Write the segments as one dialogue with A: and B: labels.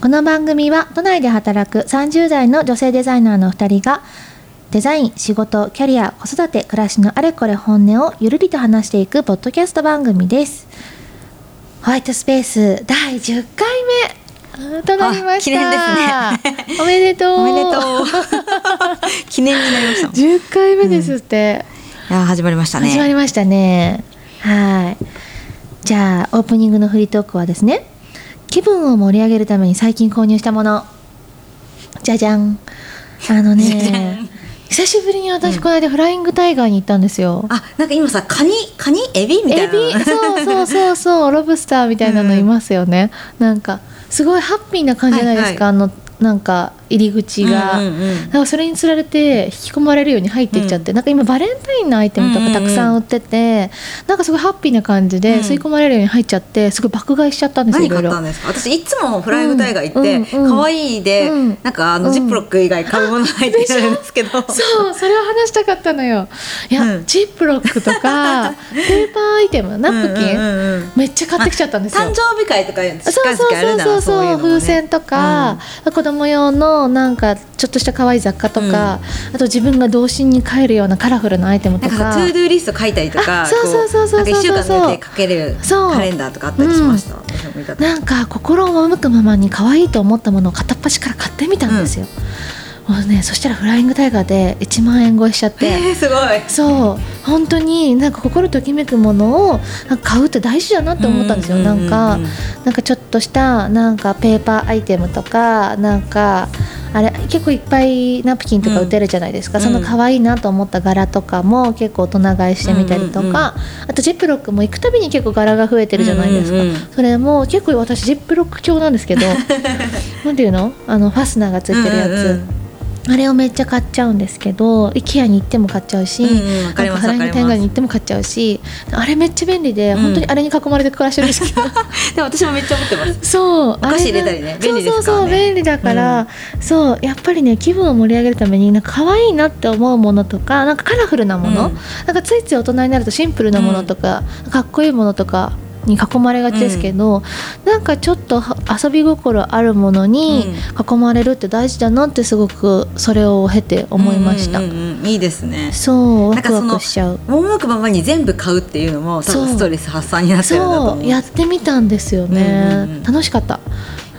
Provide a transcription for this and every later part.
A: この番組は都内で働く30代の女性デザイナーの2人がデザイン、仕事、キャリア、子育て、暮らしのあれこれ本音をゆるりと話していくポッドキャスト番組です。ホワイトスペース第10回目となりました。
B: あ記念です ね
A: おめでとう。
B: おめでとう 記念になりましたもんい
A: 10回目ですって、
B: やー始まりましたね
A: 始まりましたねはいじゃあオープニングのフリートークはですね気分を盛り上げるために最近購入したものじゃじゃんあの
B: じゃじゃ
A: ね
B: ん
A: 久しぶりに私この間フライングタイガーに行ったんですよ、
B: あなんか今さカニカニエビみた
A: エ
B: いな
A: ビそうそうそうそうロブスターみたいなのいますよね、なんかすごいハッピーな感じじゃないですか、
B: は
A: あのなんか入り口が、
B: うんうんうん
A: なんかそれにつられて引き込まれるように入っていっちゃって、なんか今バレンタインのアイテムとかたくさん売ってて、なんかすごいハッピーな感じ
B: う
A: で
B: ん
A: 吸い込まれるように入っちゃってすごい爆買いしちゃったんですよ
B: 何
A: いろ
B: 買
A: い
B: っ
A: ろ
B: たんですか私いつもフライングタイガー行って可愛、
A: うんうん
B: いで、
A: うん
B: なんかあ
A: う
B: の
A: ん
B: ジップロック以外買うもの入ってるんですけど、
A: そうそれを話したかったのよいや、
B: うん
A: ジップロックと かペーパーアイテムナプキン、
B: うんうんうん
A: めっちゃ買ってきちゃったんですよ
B: 誕生日会とか近
A: そうそう
B: 々あるな
A: そうそう
B: いのもね
A: 風船とか、子供用のなんかちょっとした可愛い雑貨とか、あと自分が童心に帰るようなカラフルなアイテム
B: な
A: と
B: んか
A: か
B: さトゥードゥーリスト書いたりとか
A: あそうそうそうそうそう
B: こなんか一週間の予定かける
A: そう
B: カレンダーとかあったりしました、私も見た時
A: なんか心を赴くままに可愛いと思ったものを片っ端から買ってみたんですよ、もうね、そしたらフライングタイガーで1万円超えしちゃって、
B: えー、すごい
A: そう本当になんか心ときめくものをなんか買うって大事だなって思ったんですよ、
B: うううう
A: なんかなんかちょっとしたなんかペーパーアイテムとかなんかあれ結構いっぱいナプキンとか売ってるじゃないですか、
B: うん
A: その可愛いなと思った柄とかも結構大人買いしてみたりとか、
B: うんうんうん
A: あとジップロックも行くたびに結構柄が増えてるじゃないですか、
B: うんうんうん
A: それも結構私ジップロック調なんです けどなんていうのあのファスナーがついてるやつ、
B: うんうんうん
A: あれをめっちゃ買っちゃうんですけど IKEA に行っても買っちゃうし、
B: うんうんわかります
A: なんフライングタイガーに行っても買っちゃうしあれめっちゃ便利で、
B: うん
A: 本当にあれに囲まれて暮らしてるんですけど
B: でも私もめっちゃ持ってます
A: そうお
B: 菓子入れたりね便利ですから
A: そうそうそう
B: ね
A: 便利だから、そうやっぱりね気分を盛り上げるためになんか可愛いなって思うものとかなんかカラフルなもの、
B: うん
A: なんかついつい大人になるとシンプルなものとか、かっこいいものとかに囲まれがちですけど、なんかちょっとは遊び心あるものに囲まれるって大事だなってすごくそれを経て思いました、
B: うんうんうんいいですね
A: そうワ
B: なんか
A: ク
B: そ
A: ワ
B: の
A: クしちゃう
B: 赴くままに全部買うっていうのも多分
A: そう
B: ストレス発散になってるんだと思
A: そううやってみたんですよね、
B: うんうんうん
A: 楽しかった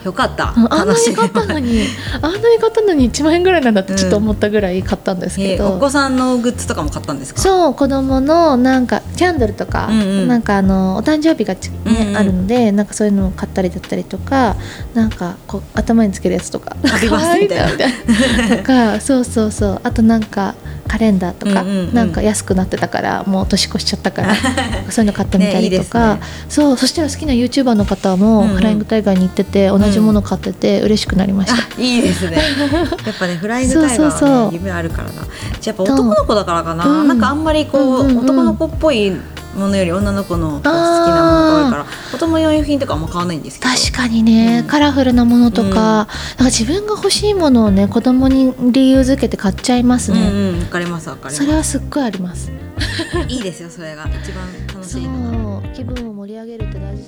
B: よかった
A: うんあんな
B: 楽し
A: に
B: い
A: 買ったの にあんなに買ったのに1万円ぐらいなんだってちょっと思ったぐらい買ったんですけ
B: えー
A: ど、
B: お子さんのグッズとかも買ったんですか
A: そう子供のなんかキャンドルとか、
B: うんうん
A: なんかあのお誕生日がち、ね
B: うんうん
A: あるのでなんかそういうのを買ったりだったりとかなんかこう頭につけるやつとか
B: ハッピーバースデーみたいな
A: 可愛いなとかそうそうそうあとなんかカレンダーとか、
B: うんうんうん
A: なんか安くなってたからもう年越しちゃったから そういうの買ってみた
B: ねい
A: り
B: いで
A: と
B: す
A: か、
B: ね
A: そうそしたら好きな YouTuber の方も
B: うんうん
A: フライングタイガーに行ってて同じもの買ってて嬉しくなりました。
B: あいい ですねやっぱねフライングタイガーはね
A: そうそうそう
B: 夢あるからなじゃあやっぱ男の子だからかな、
A: うん
B: なんかあんまりこう,、
A: うんうんうん
B: 男の子っぽいものより女の子の好きなものが多いから子供用用品とかあんま買わないんですけど
A: 確かにね、
B: うん
A: カラフルなものとか,、
B: うん
A: なんか自分が欲しいものをね子供に理由付けて買っちゃいます
B: う
A: ね、
B: んうんわかりますわかり
A: そ
B: ま
A: れはすっごいあります
B: すいいですよそれが一番楽
A: そ
B: し
A: う
B: いのが
A: 気分を盛り上げるって大事だなって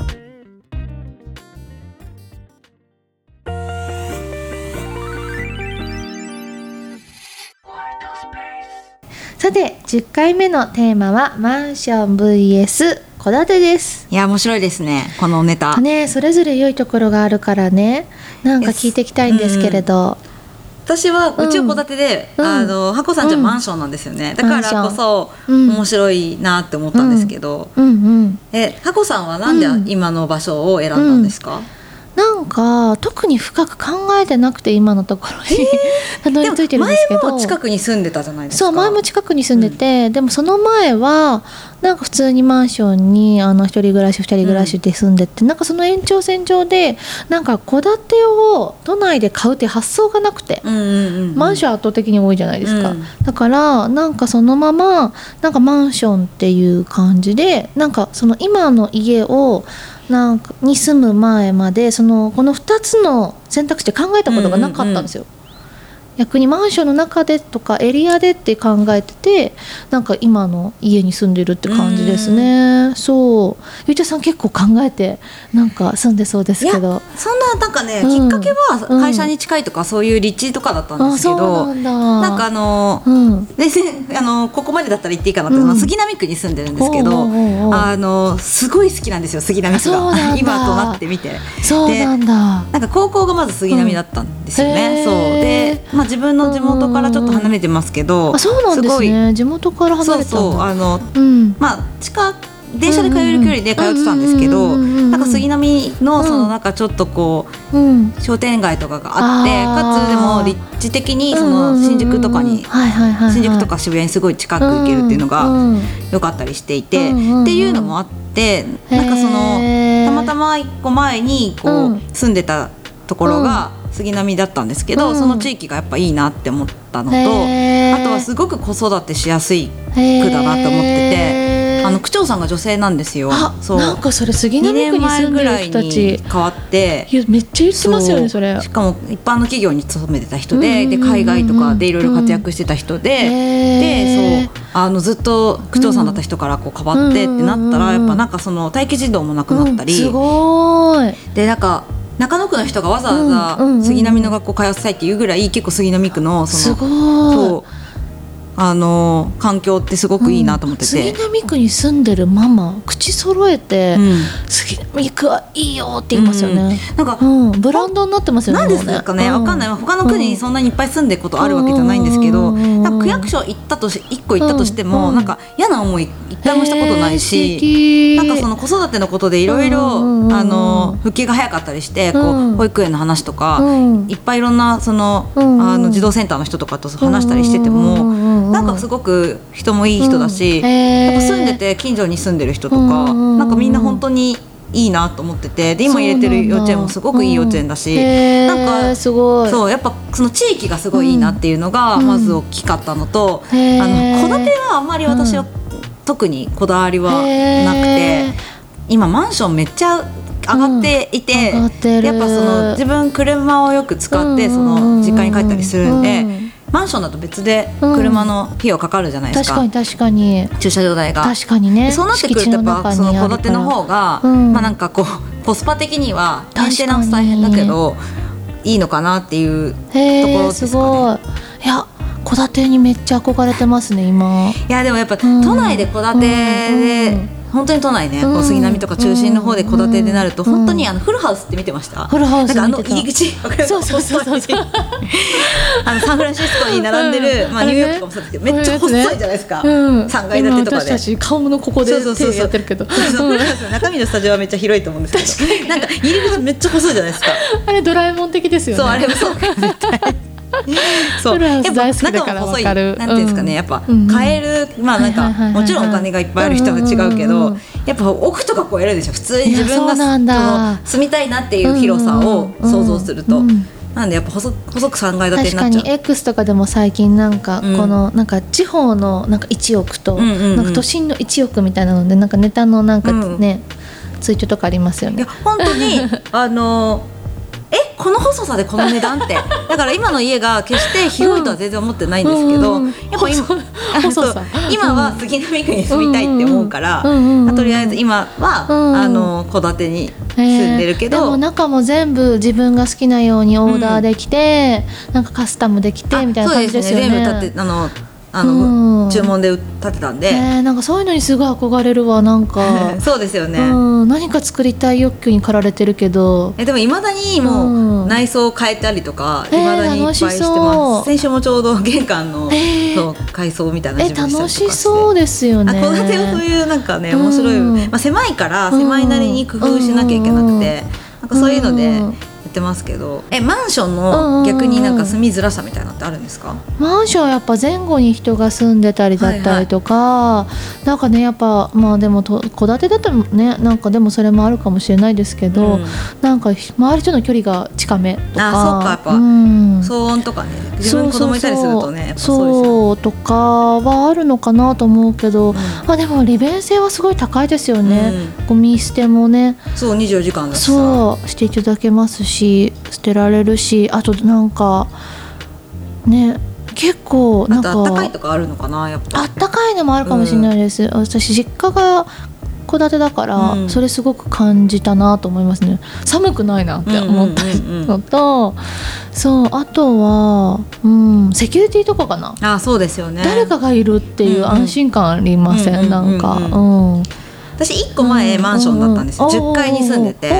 A: 思いますさて10回目のテーマはマンション VS 戸建てです
B: いや面白いですねこのネタ
A: ねそれぞれ良いところがあるからねなんか聞いていきたいんですけれど、
B: 私は
A: うん
B: うちは戸建てで、
A: うん
B: あのハコさんちは
A: うん
B: マンションなんですよね、だからこそ
A: マンションうん
B: 面白いなって思ったんですけど、
A: うん、うん
B: えハコさんはなんで
A: うん
B: 今の場所を選んだんですか、
A: なんか特に深く考えてなくて今のところに たどり着いて
B: で
A: る
B: も
A: んですけ
B: 前
A: ど
B: も近くに住んでたじゃないですか
A: そう前も近くに住んでて、でもその前はなんか普通にマンションにあの一人暮らし二人暮らしで住んでて、なんかその延長線上でなんか戸建てを都内で買うって発想がなくて、
B: うんうんうん、
A: マンシ
B: ョン
A: ョン圧倒的に多いじゃないですか、
B: うん
A: だからなんかそのままなんかマンションっていう感じでなんかその今の家をなんかに住む前までそのこの2つの選択肢で考えたことがなかったんですよ、逆にマンションの中でとかエリアでって考えててなんか今の家に住んでるって感じですねそうゆうちゃさん結構考えてなんか住んでそうですけど
B: そんななんかね、
A: うん
B: きっかけは会社に近いとかそういう立地とかだったんですけど、
A: あそうなんだ
B: なんかあの
A: うん
B: 全 然あのここまでだったら言っていいかなって、
A: うん
B: まあ杉並区に住んでるんですけど、
A: おうおうおう
B: あのすごい好きなんですよ杉並区
A: あそうな
B: が
A: んだ
B: 今となってみて。
A: そうなんだ
B: なんか高校がまず杉並だったんですよ
A: うんへー
B: ね、そうで、まあ、自分の地元からちょっと離れてますけど、
A: あそうなんです
B: ごい
A: ね地元から離
B: そう
A: れたんだ
B: そうあの
A: うん
B: まあ近く電車で通える距離で通ってたんですけ
A: うんう
B: ど
A: んうんうんうんうん
B: なんか杉並のそのなんかちょっとこう
A: うん
B: 商店街とかがあって
A: あー
B: かつでも立地的にそ
A: うんう
B: の
A: んうんうん
B: 新宿とかに
A: はいはいはいはい
B: 新宿とか渋谷にすごい近く行けるっていうの
A: う
B: が
A: んうん
B: 良かったりしていて
A: うんうんうん
B: っていうのもあってなんかその
A: へー
B: たまたま一個前にこ
A: うん
B: う住んでたところが杉並だったんですけ
A: う
B: ど
A: ん
B: その地域がやっぱいいなって思ったのと
A: へー
B: あとはすごく子育てしやすい
A: 区
B: 区だなと思っててあの
A: 区
B: 区長さんが女性なんですよ。
A: あ
B: そう
A: なんかそれ杉
B: 2
A: 並区
B: 年
A: に
B: 前
A: 住ん
B: ぐ
A: でる
B: らい
A: 人た
B: に
A: ち
B: 変わって
A: いやめっちゃ言ってますよねそれ
B: うしかも一般の企業に勤めてた人
A: う
B: で
A: んうん
B: で
A: うんうん
B: 海外とかでいろいろ活躍してた人で。
A: へー
B: でそうあのずっと区長さんだった人からこう変わってってなったら、
A: うんうんうんうん
B: やっぱなんかその待機児童もなくなった
A: うん
B: り、
A: すごーい
B: でなんか中野区の人がわざわ
A: うんうんうん
B: ざ杉並の学校通わせたいっていうぐらい結構杉並区のそ
A: す
B: の
A: ご
B: そ
A: ーいう
B: あの環境ってすごくいいなと思ってて
A: うん、杉並区に住んでるママ口揃えて、
B: うん
A: 杉並区はいいよって言いますよね、
B: なんか
A: うんブランドになってますよね
B: なんですかね、わかんない、まあ他の区にそんなにいっぱい住んでることあるわけじゃないんですけど、
A: うんうんうんうん
B: なんか区役所行ったとし、一個行ったとして
A: うん
B: も、
A: うん
B: なんか嫌な思い一回もしたことないし。
A: し
B: なんかその子育てのことでいろい
A: うんうんうんうん
B: ろあの復帰が早かったりしてこ
A: う
B: うん保育園の話とか
A: うん
B: いっぱいいろんなその
A: うんうん
B: あの児童センターの人とかと話したりしててもなんかす
A: ご
B: ごく人もいい人だし
A: うん
B: やっぱ住んでて近所に住んでる人とか
A: うん
B: なんかみんな本当にいいなと思っててで今入れてる幼稚園もすごくいい幼稚園だしなんか
A: すごい
B: そうやっぱその地域がすごいいいなっていうのが
A: うん
B: まず大きかったのと、
A: へー
B: あの戸建てはあんまり私は、
A: うん
B: 特にこだわりはなく
A: へ
B: て今マンションめっちゃ上がっていて,、
A: うん上がってる
B: やっぱその自分車をよく使って、
A: うん
B: その実家に帰ったりするんで、
A: うん
B: マンションだと別で車の費用かかるじゃないで
A: 確
B: すか,、
A: かに確かに
B: 駐車場代が。
A: 確かにね
B: そうなってくるとやっぱその戸建ての方が、
A: うん
B: まあなんかこうコスパ的には
A: 確かに
B: メンテナンス大変だけどいいのかなっていうとこ
A: へ
B: ろ
A: え
B: ですすか
A: ご
B: ね。
A: いいや戸建てにめっちゃ憧れてますね今
B: いやでもやっぱ
A: ん
B: 都内で戸建
A: うん
B: てで本当に都内ね、
A: う
B: こ
A: ん
B: う杉並とか中心の方で戸建てでなると
A: うん
B: 本当にあのフルハウスって見てました。
A: フルハウス見てた
B: なんかあの入り口わかる
A: そうそうそうそう
B: 細いあのサンフランシスコに並んでる、
A: うん
B: まあニューヨークとかもそうですけどめっちゃ細いじゃないですか。
A: うん
B: 三階建てとか
A: 今私た
B: で。
A: ち顔のここで
B: そうそうそう
A: 手
B: そう
A: やってるけど
B: そうそう
A: うん
B: 中身のスタジオはめっちゃ広いと思うんですけどなんか入り口めっちゃ細いじゃないですか
A: あれドラえもん的ですよね
B: そうあれもそう 絶対そう
A: フランス
B: やっぱ
A: 大好きだから
B: 中も細い
A: わかる
B: なんていうんですかね、
A: うん
B: やっぱ
A: うん
B: 買えるまあなん
A: はいはいはいはい
B: かもちろんお金がいっぱいある人は違うけ
A: うんうんうん
B: ど
A: うん
B: やっぱ奥とかこう選るでしょ普通に自分が
A: いやそうなんだ
B: その住みたいなっていう広さを想像すると、
A: うんうんうん
B: なんでやっぱ細細く3階建て
A: 確
B: に
A: か
B: なっちゃう
A: に X とかでも最近なんか
B: うん
A: このなんか地方のなんか1億と
B: うんうんうん
A: なんか都心の1億みたいなのでなんかネタのなんかねツイートとかありますよ
B: いや
A: ね。
B: 本当にあのえこの細さでこの値段ってだから今の家が決して広いとは全然思ってないんですけど、
A: うんうん
B: やっぱ今
A: 細
B: あの
A: 細さ
B: 今は杉並区に住みたいって思うから、
A: うんうんうん
B: まあとりあえず今は、
A: うん
B: あの戸建てに住んでるけ
A: えーで
B: ど、
A: も中も全部自分が好きなようにオーダーできて、なんかカスタムでき
B: あ
A: てみたいな感じですよね。
B: そう全部建てあのあの、
A: うん
B: 注文で建てたんで、
A: えーなんかそういうのにすごい憧れるわなんか、
B: そうですよね。
A: うん、何か作りたい欲求に駆られてるけど
B: えでもいまだに
A: う
B: も
A: ん
B: う内装を変えたりとかい
A: えー
B: ま、未だにいっぱいしてます、
A: 楽しそう
B: 先週もちょうど玄関の、
A: えー
B: そう改装みたいな
A: え
B: 自分
A: 楽
B: したり
A: し
B: とかして
A: そうですよ
B: あ
A: ね。
B: 戸建てはそういうなんかね面白い、
A: うん
B: まあ、狭いから
A: うん
B: 狭いなりに工夫しなきゃいけなくて、なんかそういうので
A: うん
B: やってますけどえマンション
A: うん
B: の逆になんか住みづらさみたいなのってあるんですか、
A: マンションはやっぱ前後に人が住んでたりだったりとか、なんかねやっぱまあでもと戸建てだとねなんかでもそれもあるかもしれないですけど、
B: うん
A: なんかひ周りとの距離が近めとか
B: あそうかやっぱ
A: ん
B: 騒音とかね自分に子供いたりするとねやっぱ
A: そう
B: そうですよ
A: そ
B: ね
A: うとかはあるのかなと思うけど、まあでも利便性はすごい高いですよね、ゴミ捨てもね
B: そう24時間だしさ
A: そうしていただけますし捨てられるしあとなんかね結構な
B: あ
A: ん
B: と
A: か
B: あったかいとかあるのかなやっ
A: あ
B: ぱ
A: ったかいのもあるかもしれないです、私実家が戸建てだから、
B: うん
A: それすごく感じたなと思いますね寒くないなって思った
B: うんうんうんうん
A: のと、そうあとは、うん、セキュリティとかかな、
B: あそうですよね
A: 誰かがいるっていう
B: うんうん
A: 安心感ありません、
B: うんうんうんう
A: な
B: ん
A: んか、うん
B: 私1個前マンションだったんです
A: う
B: よ、
A: う
B: 10階に住んでて、
A: おー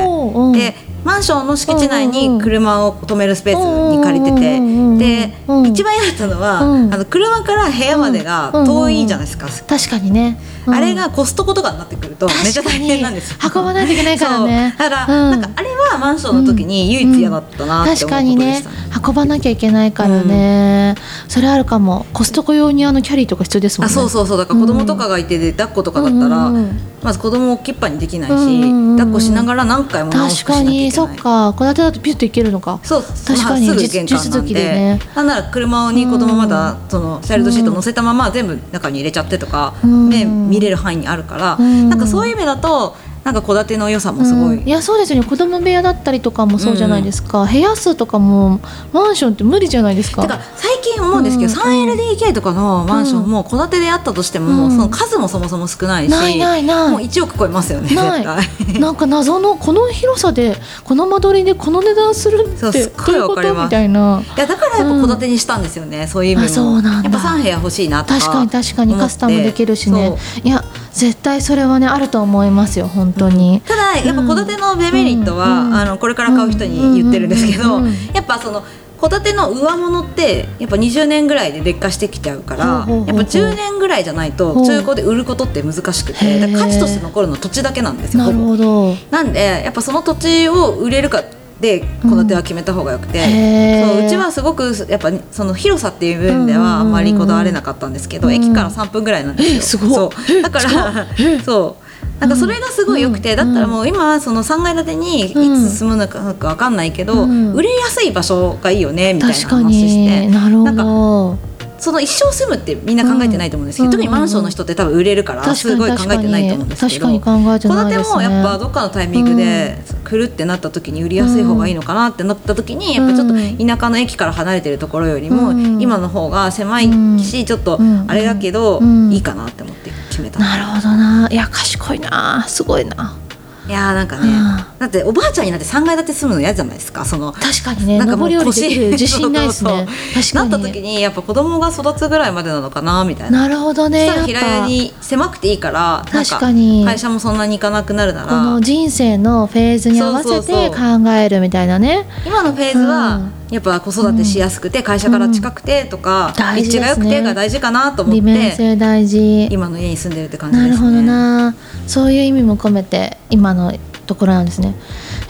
A: おー
B: でマンションの敷地内に車を止めるスペースに借りてて、
A: うんうんうんうん
B: で、
A: うん
B: 一番嫌だったのは、
A: うん
B: あの車から部屋までが遠いじゃないですか、
A: 確かにね、うん
B: あれがコストコとかになってくるとめっちゃ
A: 確か
B: 大
A: に
B: 変なんですよ
A: 運ばないといけないからね
B: そうだから、
A: うん
B: なんかあれはマンションの時に唯一嫌だったなっ
A: 確
B: て思う
A: か
B: ことで
A: に
B: し
A: ね
B: た、
A: 運ばなきゃいけないからね、それあるかもコストコ用にあのキャリーとか必要ですもん
B: あ
A: ね
B: そうそうそうだから子供とかがいてで抱っことかだったら、
A: うんうんうん
B: まず子供を置きっぱにできないし、
A: うんうんうん
B: 抱っこしながら何回も直し
A: 確か
B: しなきゃいけない
A: にそっか戸建てだとピュッといけるのか
B: そう
A: 確かに
B: まあすぐ玄関
A: 地
B: な
A: 続
B: ん
A: き
B: で
A: でね
B: なんなら車に子供まだそのチャイルドシート乗せたまま全部中に入れちゃってとか、
A: うん
B: ね、見れる範囲にあるから、
A: うん
B: なんかそういう意味だとなんか戸建ての良さもすごい、
A: うんいやそうですよね子供部屋だったりとかもそうじゃないですか、部屋数とかもマンションって無理じゃないですか
B: てか最近思うんですけど、3LDK とかのマンションも戸建てであったとしても、
A: うん
B: その数もそもそも少ないし
A: ないないない
B: もう1億超えますよね絶
A: な
B: 対
A: い。 なんか謎のこの広さでこの間取りでこの値段するって
B: そうすっ
A: ど
B: ごい
A: ういう
B: わ
A: こ
B: かり
A: と
B: ます
A: みたいない
B: やだからやっぱ戸建てにしたんですよね、そういう意
A: あ
B: 味
A: そ
B: も
A: うなんだ
B: やっぱ3部屋欲しいなとか
A: 確かに確かに
B: 思っ
A: カ
B: て
A: スタムできるしね
B: そう
A: いや絶対それはねあると思いますよ本当に、
B: ただやっぱ戸建てのデメリットは、
A: うん
B: あのこれから買う人に言ってるんですけど、
A: うんうん
B: やっぱその戸建ての上物ってやっぱ20年ぐらいで劣化してきちゃうから
A: ほうほうほうほう
B: やっぱ10年ぐらいじゃないと
A: ほう
B: 中古で売ることって難しく
A: へ
B: て
A: ー
B: だから価値として残るの土地だけなんですよ
A: なる
B: ほ
A: ほ
B: ぼ
A: ど
B: なんでやっぱその土地を売れるかで戸建ては決めた方がよくて、
A: うんへー
B: そううちはすごくやっぱその広さっていう部分ではあんまりこだわれなかったんですけど、
A: うん
B: 駅から3分ぐらいなんですよ。
A: えすごい
B: そうだからそうなんかそれがすごい良くて、
A: うん
B: だったらもう今その3階建てにいつ住むのかわかんないけど、
A: うん
B: 売れやすい場所がいいよねみたい
A: 確
B: な
A: か
B: 話して
A: になるほ
B: なんか
A: ど
B: その一生住むってみんな考えてないと思うんですけど、
A: うん
B: 特にマンションの人って多分売れるから
A: 確
B: す
A: か
B: ごい
A: に
B: 考
A: 確
B: え
A: か
B: てないと思う
A: に
B: んですけ
A: 確
B: ど
A: かに考えて
B: 戸
A: ない
B: 建
A: で
B: て
A: す
B: も
A: ね
B: やっぱどっかのタイミングで来るってなった時に売りやすい方がいいのかなってなった時にやっぱちょっと田舎の駅から離れてるところよりも
A: うん
B: 今の方が狭いしちょっとあれだけど
A: うん
B: いいかなって思って決めた
A: なるほどないや賢いなすごいない
B: やーなんかね
A: うん
B: だっておばあちゃんになって3階建て住むの嫌じゃないですかその
A: 確かにね
B: なんかも
A: 上
B: う
A: り下りできる
B: 腰
A: 自信ないです ね確
B: な
A: か
B: っ
A: に
B: た時にやっぱ子供が育つぐらいまでなのかなみたいな。
A: なるほどね
B: さ
A: やっ
B: 平屋
A: ぱ
B: に狭くていいからなん
A: 確かに
B: 会社もそんなに行かなくなるな
A: この
B: ら
A: 人生のフェーズに合わ
B: そ
A: せ
B: うそ
A: て
B: うそ
A: 考えるみたいなね
B: 今のフェーズはやっぱ子育てしやすくて会社から近くてとか
A: うん
B: 立地が良くてが大事かなと思っ
A: 利便
B: て
A: 性大事
B: 今の家に住んでるって感じ
A: な
B: で
A: るほ
B: す
A: ど
B: ね。
A: なそういう意味も込めて今のところなんですね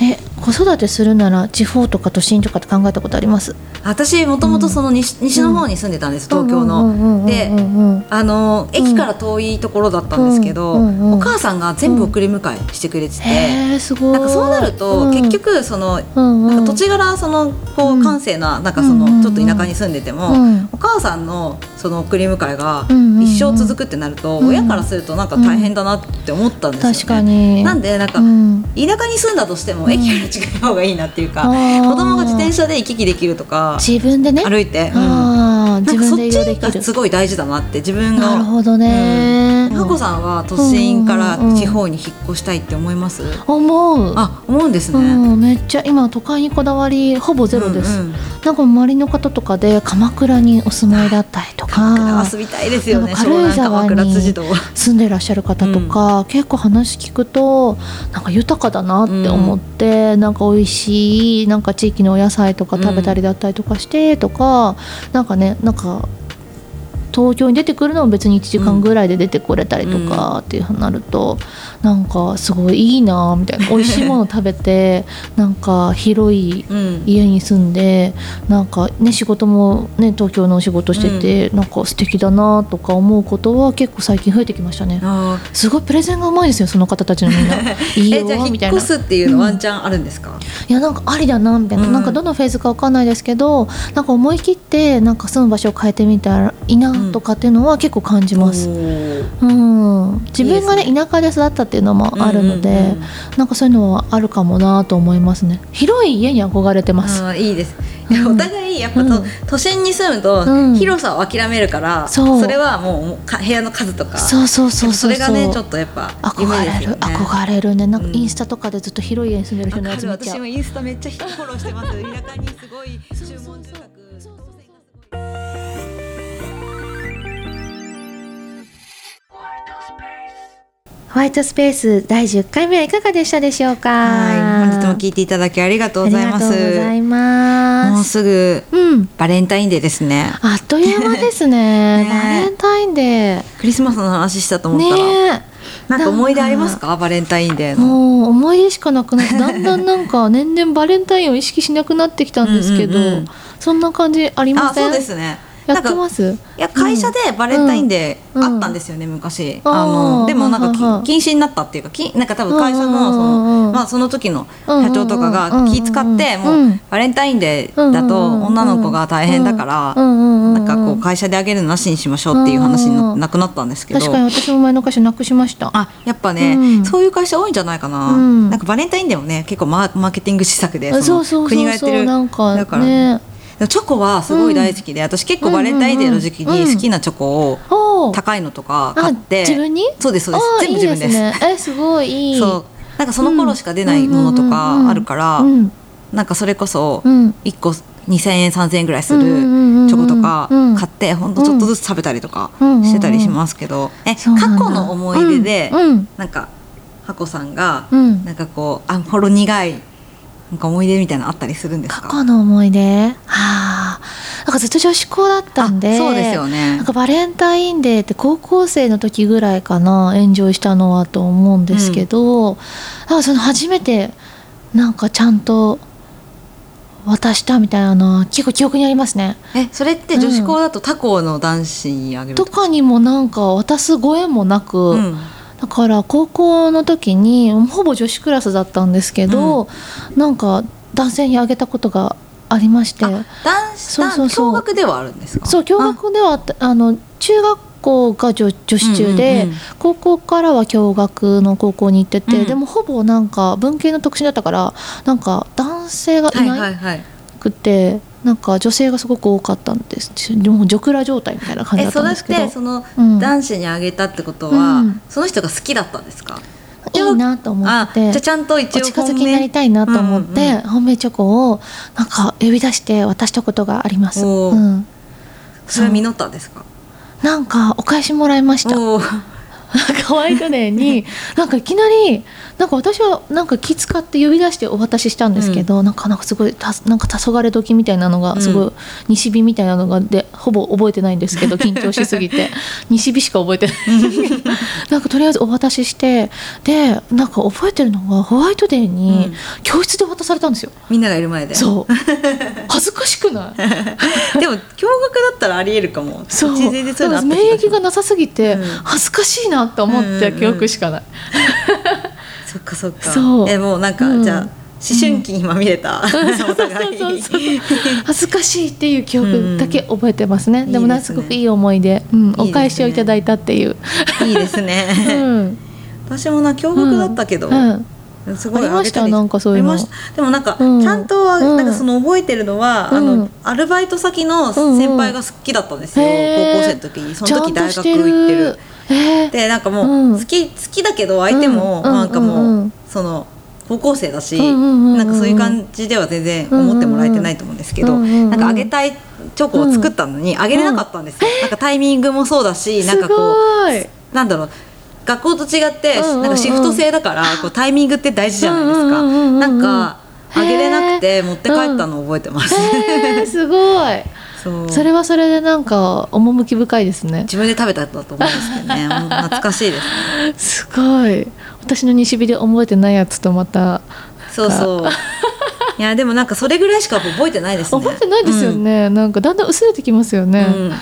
A: え子育てするなら地方とか都心とかって考えたことあります
B: 私もともとその西西の方に住んでたんです東京
A: うんうんうんうんうんうん
B: の。であの駅から遠いところだったんですけど、
A: うんうんうんうん
B: お母さんが全部送り迎えしてくれてて、
A: へえすごい
B: なんかそうなると結、局その、
A: うんうんうん
B: なんか土地柄そのこ
A: うん
B: う感性ななんかそ
A: うんうんうん
B: のちょっと田舎に住んでても、
A: うん
B: お母さんのその送り迎えが
A: うんうんうん
B: 一生続くってなると、
A: うん
B: 親からするとなんか大変だなって思ったんですよね。
A: 確かに
B: なんでなんか、
A: うん
B: 田舎に住んだとしても駅から近い方がいいなっていうか、
A: あー
B: 子供が自転車で行き来できるとか
A: 自分でね
B: 歩いて、うん
A: あー
B: な
A: 自
B: んかそ
A: 分で移
B: っ
A: 動で
B: ちが
A: きる
B: すごい大事だなって自分が
A: なるほどね、
B: うん、佳子さんは都心から
A: うんうんうん
B: 地方に引っ越したいって思います、
A: 思う
B: あ思うんですね、
A: うん、めっちゃ今都会にこだわりほぼゼロです、
B: うんうん
A: なんか周りの方とかで鎌倉にお住まいだったりとか
B: 遊びたいですよ
A: な
B: ね
A: んか軽井沢に
B: 湘南鎌倉辻堂
A: 住んでらっしゃる方とか、結構話聞くとなんか豊かだなって思って、なんか美味しいなんか地域のお野菜とか食べたりだったりとかしてとか、なんかねなんか東京に出てくるのも別に1時間ぐらいで出てこれたりとかっていうふうになると、なんかすごいいいなみたいな美味しいもの食べてなんか広い
B: うん
A: 家に住んでなんかね仕事もね東京のお仕事してて、なんか素敵だなとか思うことは結構最近増えてきましたね
B: あー
A: すごいプレゼンがうまいですよその方たちのみんないい
B: えじゃあ
A: よみた
B: 引
A: い
B: っ
A: な
B: 越すっていうのワンチャンあるんですか、
A: いやなんかありだなみたいな、
B: うん
A: なんかどのフェーズかわかんないですけどなんか思い切ってなんか住む場所を変えてみたらいいな
B: うん
A: とかっていうのは結構感じます。うん、自分がね
B: いいです
A: 田舎で育ったっていうのもあるので、
B: うんうんうん
A: なんかそういうのはあるかもなと思いますね広い家に憧れてます、
B: あーいいですいや
A: うん
B: お互いやっぱと、
A: うん
B: 都心に住む
A: う
B: と
A: ん
B: 広さを諦めるから、
A: そう
B: それはもうもうか部屋の数とか
A: そうそうそうそう
B: やっぱそれがねちょっとやっぱ夢
A: 憧
B: で
A: れ
B: す
A: る、
B: よね
A: 憧れるねなんか
B: うん
A: インスタとかでずっと広い家に住んでる人の
B: わ
A: や
B: か
A: つ
B: る
A: 見ちゃ
B: 私
A: う
B: もインスタめっちゃフォローしてます田舎にすごい注文住宅
A: そうそうそうホワイトスペース第10回目はいかがでしたでしょうか
B: はい本日も聞いていただきありがとうございます
A: ありがとうございます
B: もうすぐ
A: うん
B: バレンタインデーですね
A: あっという間ですね
B: ね
A: バレンタインデ
B: クリスマスの話したと
A: ー
B: 思ったら、
A: ね
B: なんか思い出ありますかバレンタインデーの
A: もう思い出しかなくな ってだんだんなんか年々バレンタインを意識しなくなってきたんですけど
B: うんうんうん
A: そんな感じありま
B: あ
A: せん
B: そうですね
A: や
B: な
A: っ
B: ん
A: て
B: か
A: ます
B: いや会社でバレンタインデ
A: うん
B: ーあったんですよね、昔
A: あー
B: あのでもなんかき
A: はいはい
B: 禁止になったっていうかきなんか多分会社
A: うん
B: のそ
A: うんう
B: の,、
A: ん
B: まあ、その時の社長と
A: うん
B: か
A: うん
B: が
A: うん
B: 気使っても
A: う
B: うんバレンタインデーだと女の子が大変だから
A: な
B: なんかこう会社であげるのなしにしましょうっていう話にななくなったんですけど
A: 確かに私も前の会社なくしました
B: あやっぱね、
A: うん
B: そういう会社多いんじゃないかな、
A: うん
B: なんかバレンタインデーもね結構マーマーケティング施策で
A: そうそう
B: の
A: そう
B: 国がやって
A: そう
B: る
A: なんか
B: だから
A: ね
B: でもチョコはすごい大好きで、私結構バレンタインデーの時期に好きなチョコを
A: おー
B: 高いのとか買って、
A: あ自分に
B: そうですそうで
A: あ
B: す
A: ー
B: 全部自分で
A: い
B: す
A: いですねえすごいいい
B: そうなんかその頃しか出ないものとかあるから、
A: うん
B: なんかそれこそ
A: うん
B: 1個2000円3000円ぐらいす
A: う
B: る
A: んうんうんうん
B: チョコとか
A: うん
B: 買ってほんとちょっとずつ食べたりとか
A: うん
B: してたりしますけど、え
A: そうなん
B: 過
A: だ
B: 去の思い出で、
A: うんうん
B: なんかハコさんが、
A: うん
B: なんかこうあほろ苦いなんか思い出みたいなのあったりするんです
A: 過
B: か
A: 去の思い出はあなんかずっと女子校だったんで
B: あそうですよね
A: なんかバレンタインデーって高校生の時ぐらいかな炎上したのはと思うんですけど、あその初めてなんかちゃんと渡したみたいなのは結構記憶にありますね。
B: えそれって女子校だと他校の男子にあげる
A: とかにもなんか渡すご縁もなく、
B: うん
A: だから高校の時にほぼ女子クラスだったんですけど、なんか男性にあげたことがありまして。
B: あ男子
A: そうそうそう
B: 男共学ではあるんですか
A: そう共学ではあったあの中学校が女女子中で、
B: うんうんうん
A: 高校からは共学の高校に行ってて、
B: うん
A: でもほぼなんか文系の特進だったからなんか男性が
B: あはいいは
A: ない
B: はい
A: くて、なんか女性がすごく多かったんですでも女クラ状態みたいな感じだっ
B: えそ
A: たん
B: れ
A: で
B: っ
A: すけど
B: てその
A: うん
B: 男子にあげたってことは、
A: うん
B: その人が好きだったんですか
A: いいなと思っ
B: あじ
A: て
B: ゃあ
A: て
B: ちゃんと一
A: お
B: 応
A: 近づきになりたいなと思って、
B: うんうん
A: 本命チョコをなんか呼び出して渡したことがあります、
B: おー
A: うん、
B: それは実ったんですか
A: なんかお返しもらいました
B: お
A: な
B: ー
A: んか ホワイトデーになんかいきなりなんか私はなんか気使って呼び出してお渡ししたんですけど、なんかなんかすごいたなんか黄昏時みたいなの
B: う
A: が
B: ん
A: すごい、西日みたいなのがでほぼ覚えてないんですけ ど緊張しすぎて西日しか覚えてない なんかとりあえずお渡ししてでなんか覚えてるのがホワイトデー
B: う
A: に
B: ん
A: 教室で渡されたんですよ、
B: みんながいる前で
A: そう 恥ずかしくない
B: でも驚愕だったらありえるかも
A: そう
B: 一時で そういうのあ
A: だから
B: った気
A: 免
B: がし
A: 疫が
B: ま
A: なさすぎて、
B: うん
A: 恥ずかしいなと思って記憶しかない、
B: すそっかそっか
A: そう
B: えもうなんか、
A: うん
B: じゃあ思春期にまみれた、 お互い
A: そうそうそう恥ずかしいっていう記憶だけ覚えてますね、
B: うん
A: でもなんかすごくいい思い出、うん、
B: すね
A: お返しをいただいたっていう、
B: いいですね、
A: うん、
B: 私もな驚愕だったけど、
A: うん
B: すごい
A: ありました
B: げり
A: なんかそういうの
B: ありましたでもなんか、
A: うん
B: ちゃんとは
A: うん
B: なんかその覚えてるのは、あ
A: う
B: の
A: ん
B: アルバイト先の先輩が好きだったんですよ、
A: うんへー
B: 高校生の時にその時
A: ちゃん
B: 大
A: とし
B: 学行ってる
A: えー
B: でなんかもう、
A: うん
B: 好き好きだけど相手も、
A: うん
B: なんかもう、
A: うんうん
B: その高校生だし、
A: うんうんうんうん
B: なんかそういう感じでは全然思ってもらえてないと思うんですけど、
A: うんうんうん
B: なんかあげたいチョコを作ったのにあげれなかったんですよ、なんかタイミングもそうだしなん
A: す
B: かこう
A: ごい
B: なんだろう学校と違って、
A: うんうんうん
B: なんかシフト制だからこうタイミングって大事じゃないですか、
A: うんうんうんうんうん
B: なんか
A: へー
B: あげれなくて持って帰ったのを覚えてます、
A: えー、すごい
B: そう
A: それはそれでなんか趣深いですね
B: 自分で食べたんだと思うんですけどねもう懐かしいですね
A: すごい私の西日で覚えてないやつとまた
B: そうそういやでもなんかそれぐらいしか覚えてないですね
A: 覚えてないですよね、なんかだんだん薄れてきますよ
B: う
A: ね,、
B: ん、うん
A: ね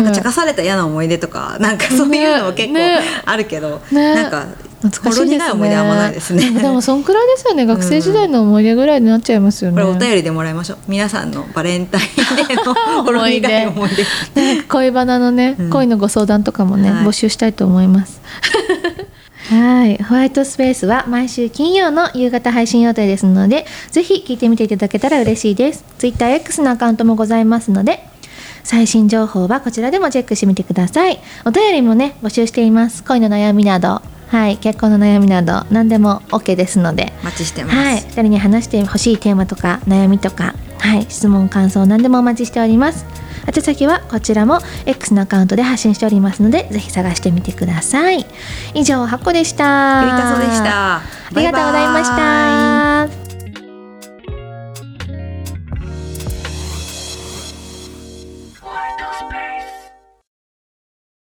B: なんか茶化された嫌な思い出とかなんかそういうのも結構
A: ねね
B: あるけど、
A: ね
B: なんか
A: 懐かしいですね
B: ほろ苦い思い出はあんまないですね
A: でもそんくらいですよね学生時代の思い出ぐらいになっちゃいますよ
B: こ
A: ね、
B: れお便りでもらいましょう皆さんのバレンタインデー のほろ苦い思い出
A: ね恋バナのね、
B: うん
A: 恋のご相談とかもね、
B: はい
A: 募集したいと思い ます。はい、ホワイトスペースは毎週金曜の夕方配信予定ですので、ぜひ聞いてみていただけたら嬉しいです。Twitter X のアカウントもございますので、最新情報はこちらでもチェックしてみてください。お便りもね募集しています。恋の悩みなど、はい、結婚の悩みなど何でも OK ですので。
B: お待ちしてます、
A: はい、二人に話してほしいテーマとか悩みとか、はい、質問感想何でもお待ちしております宛先はこちらも X のアカウントで発信しておりますのでぜひ探してみてください以上ハッコでした
B: ゆりたそうでした
A: ありがとうございました
B: バイバイ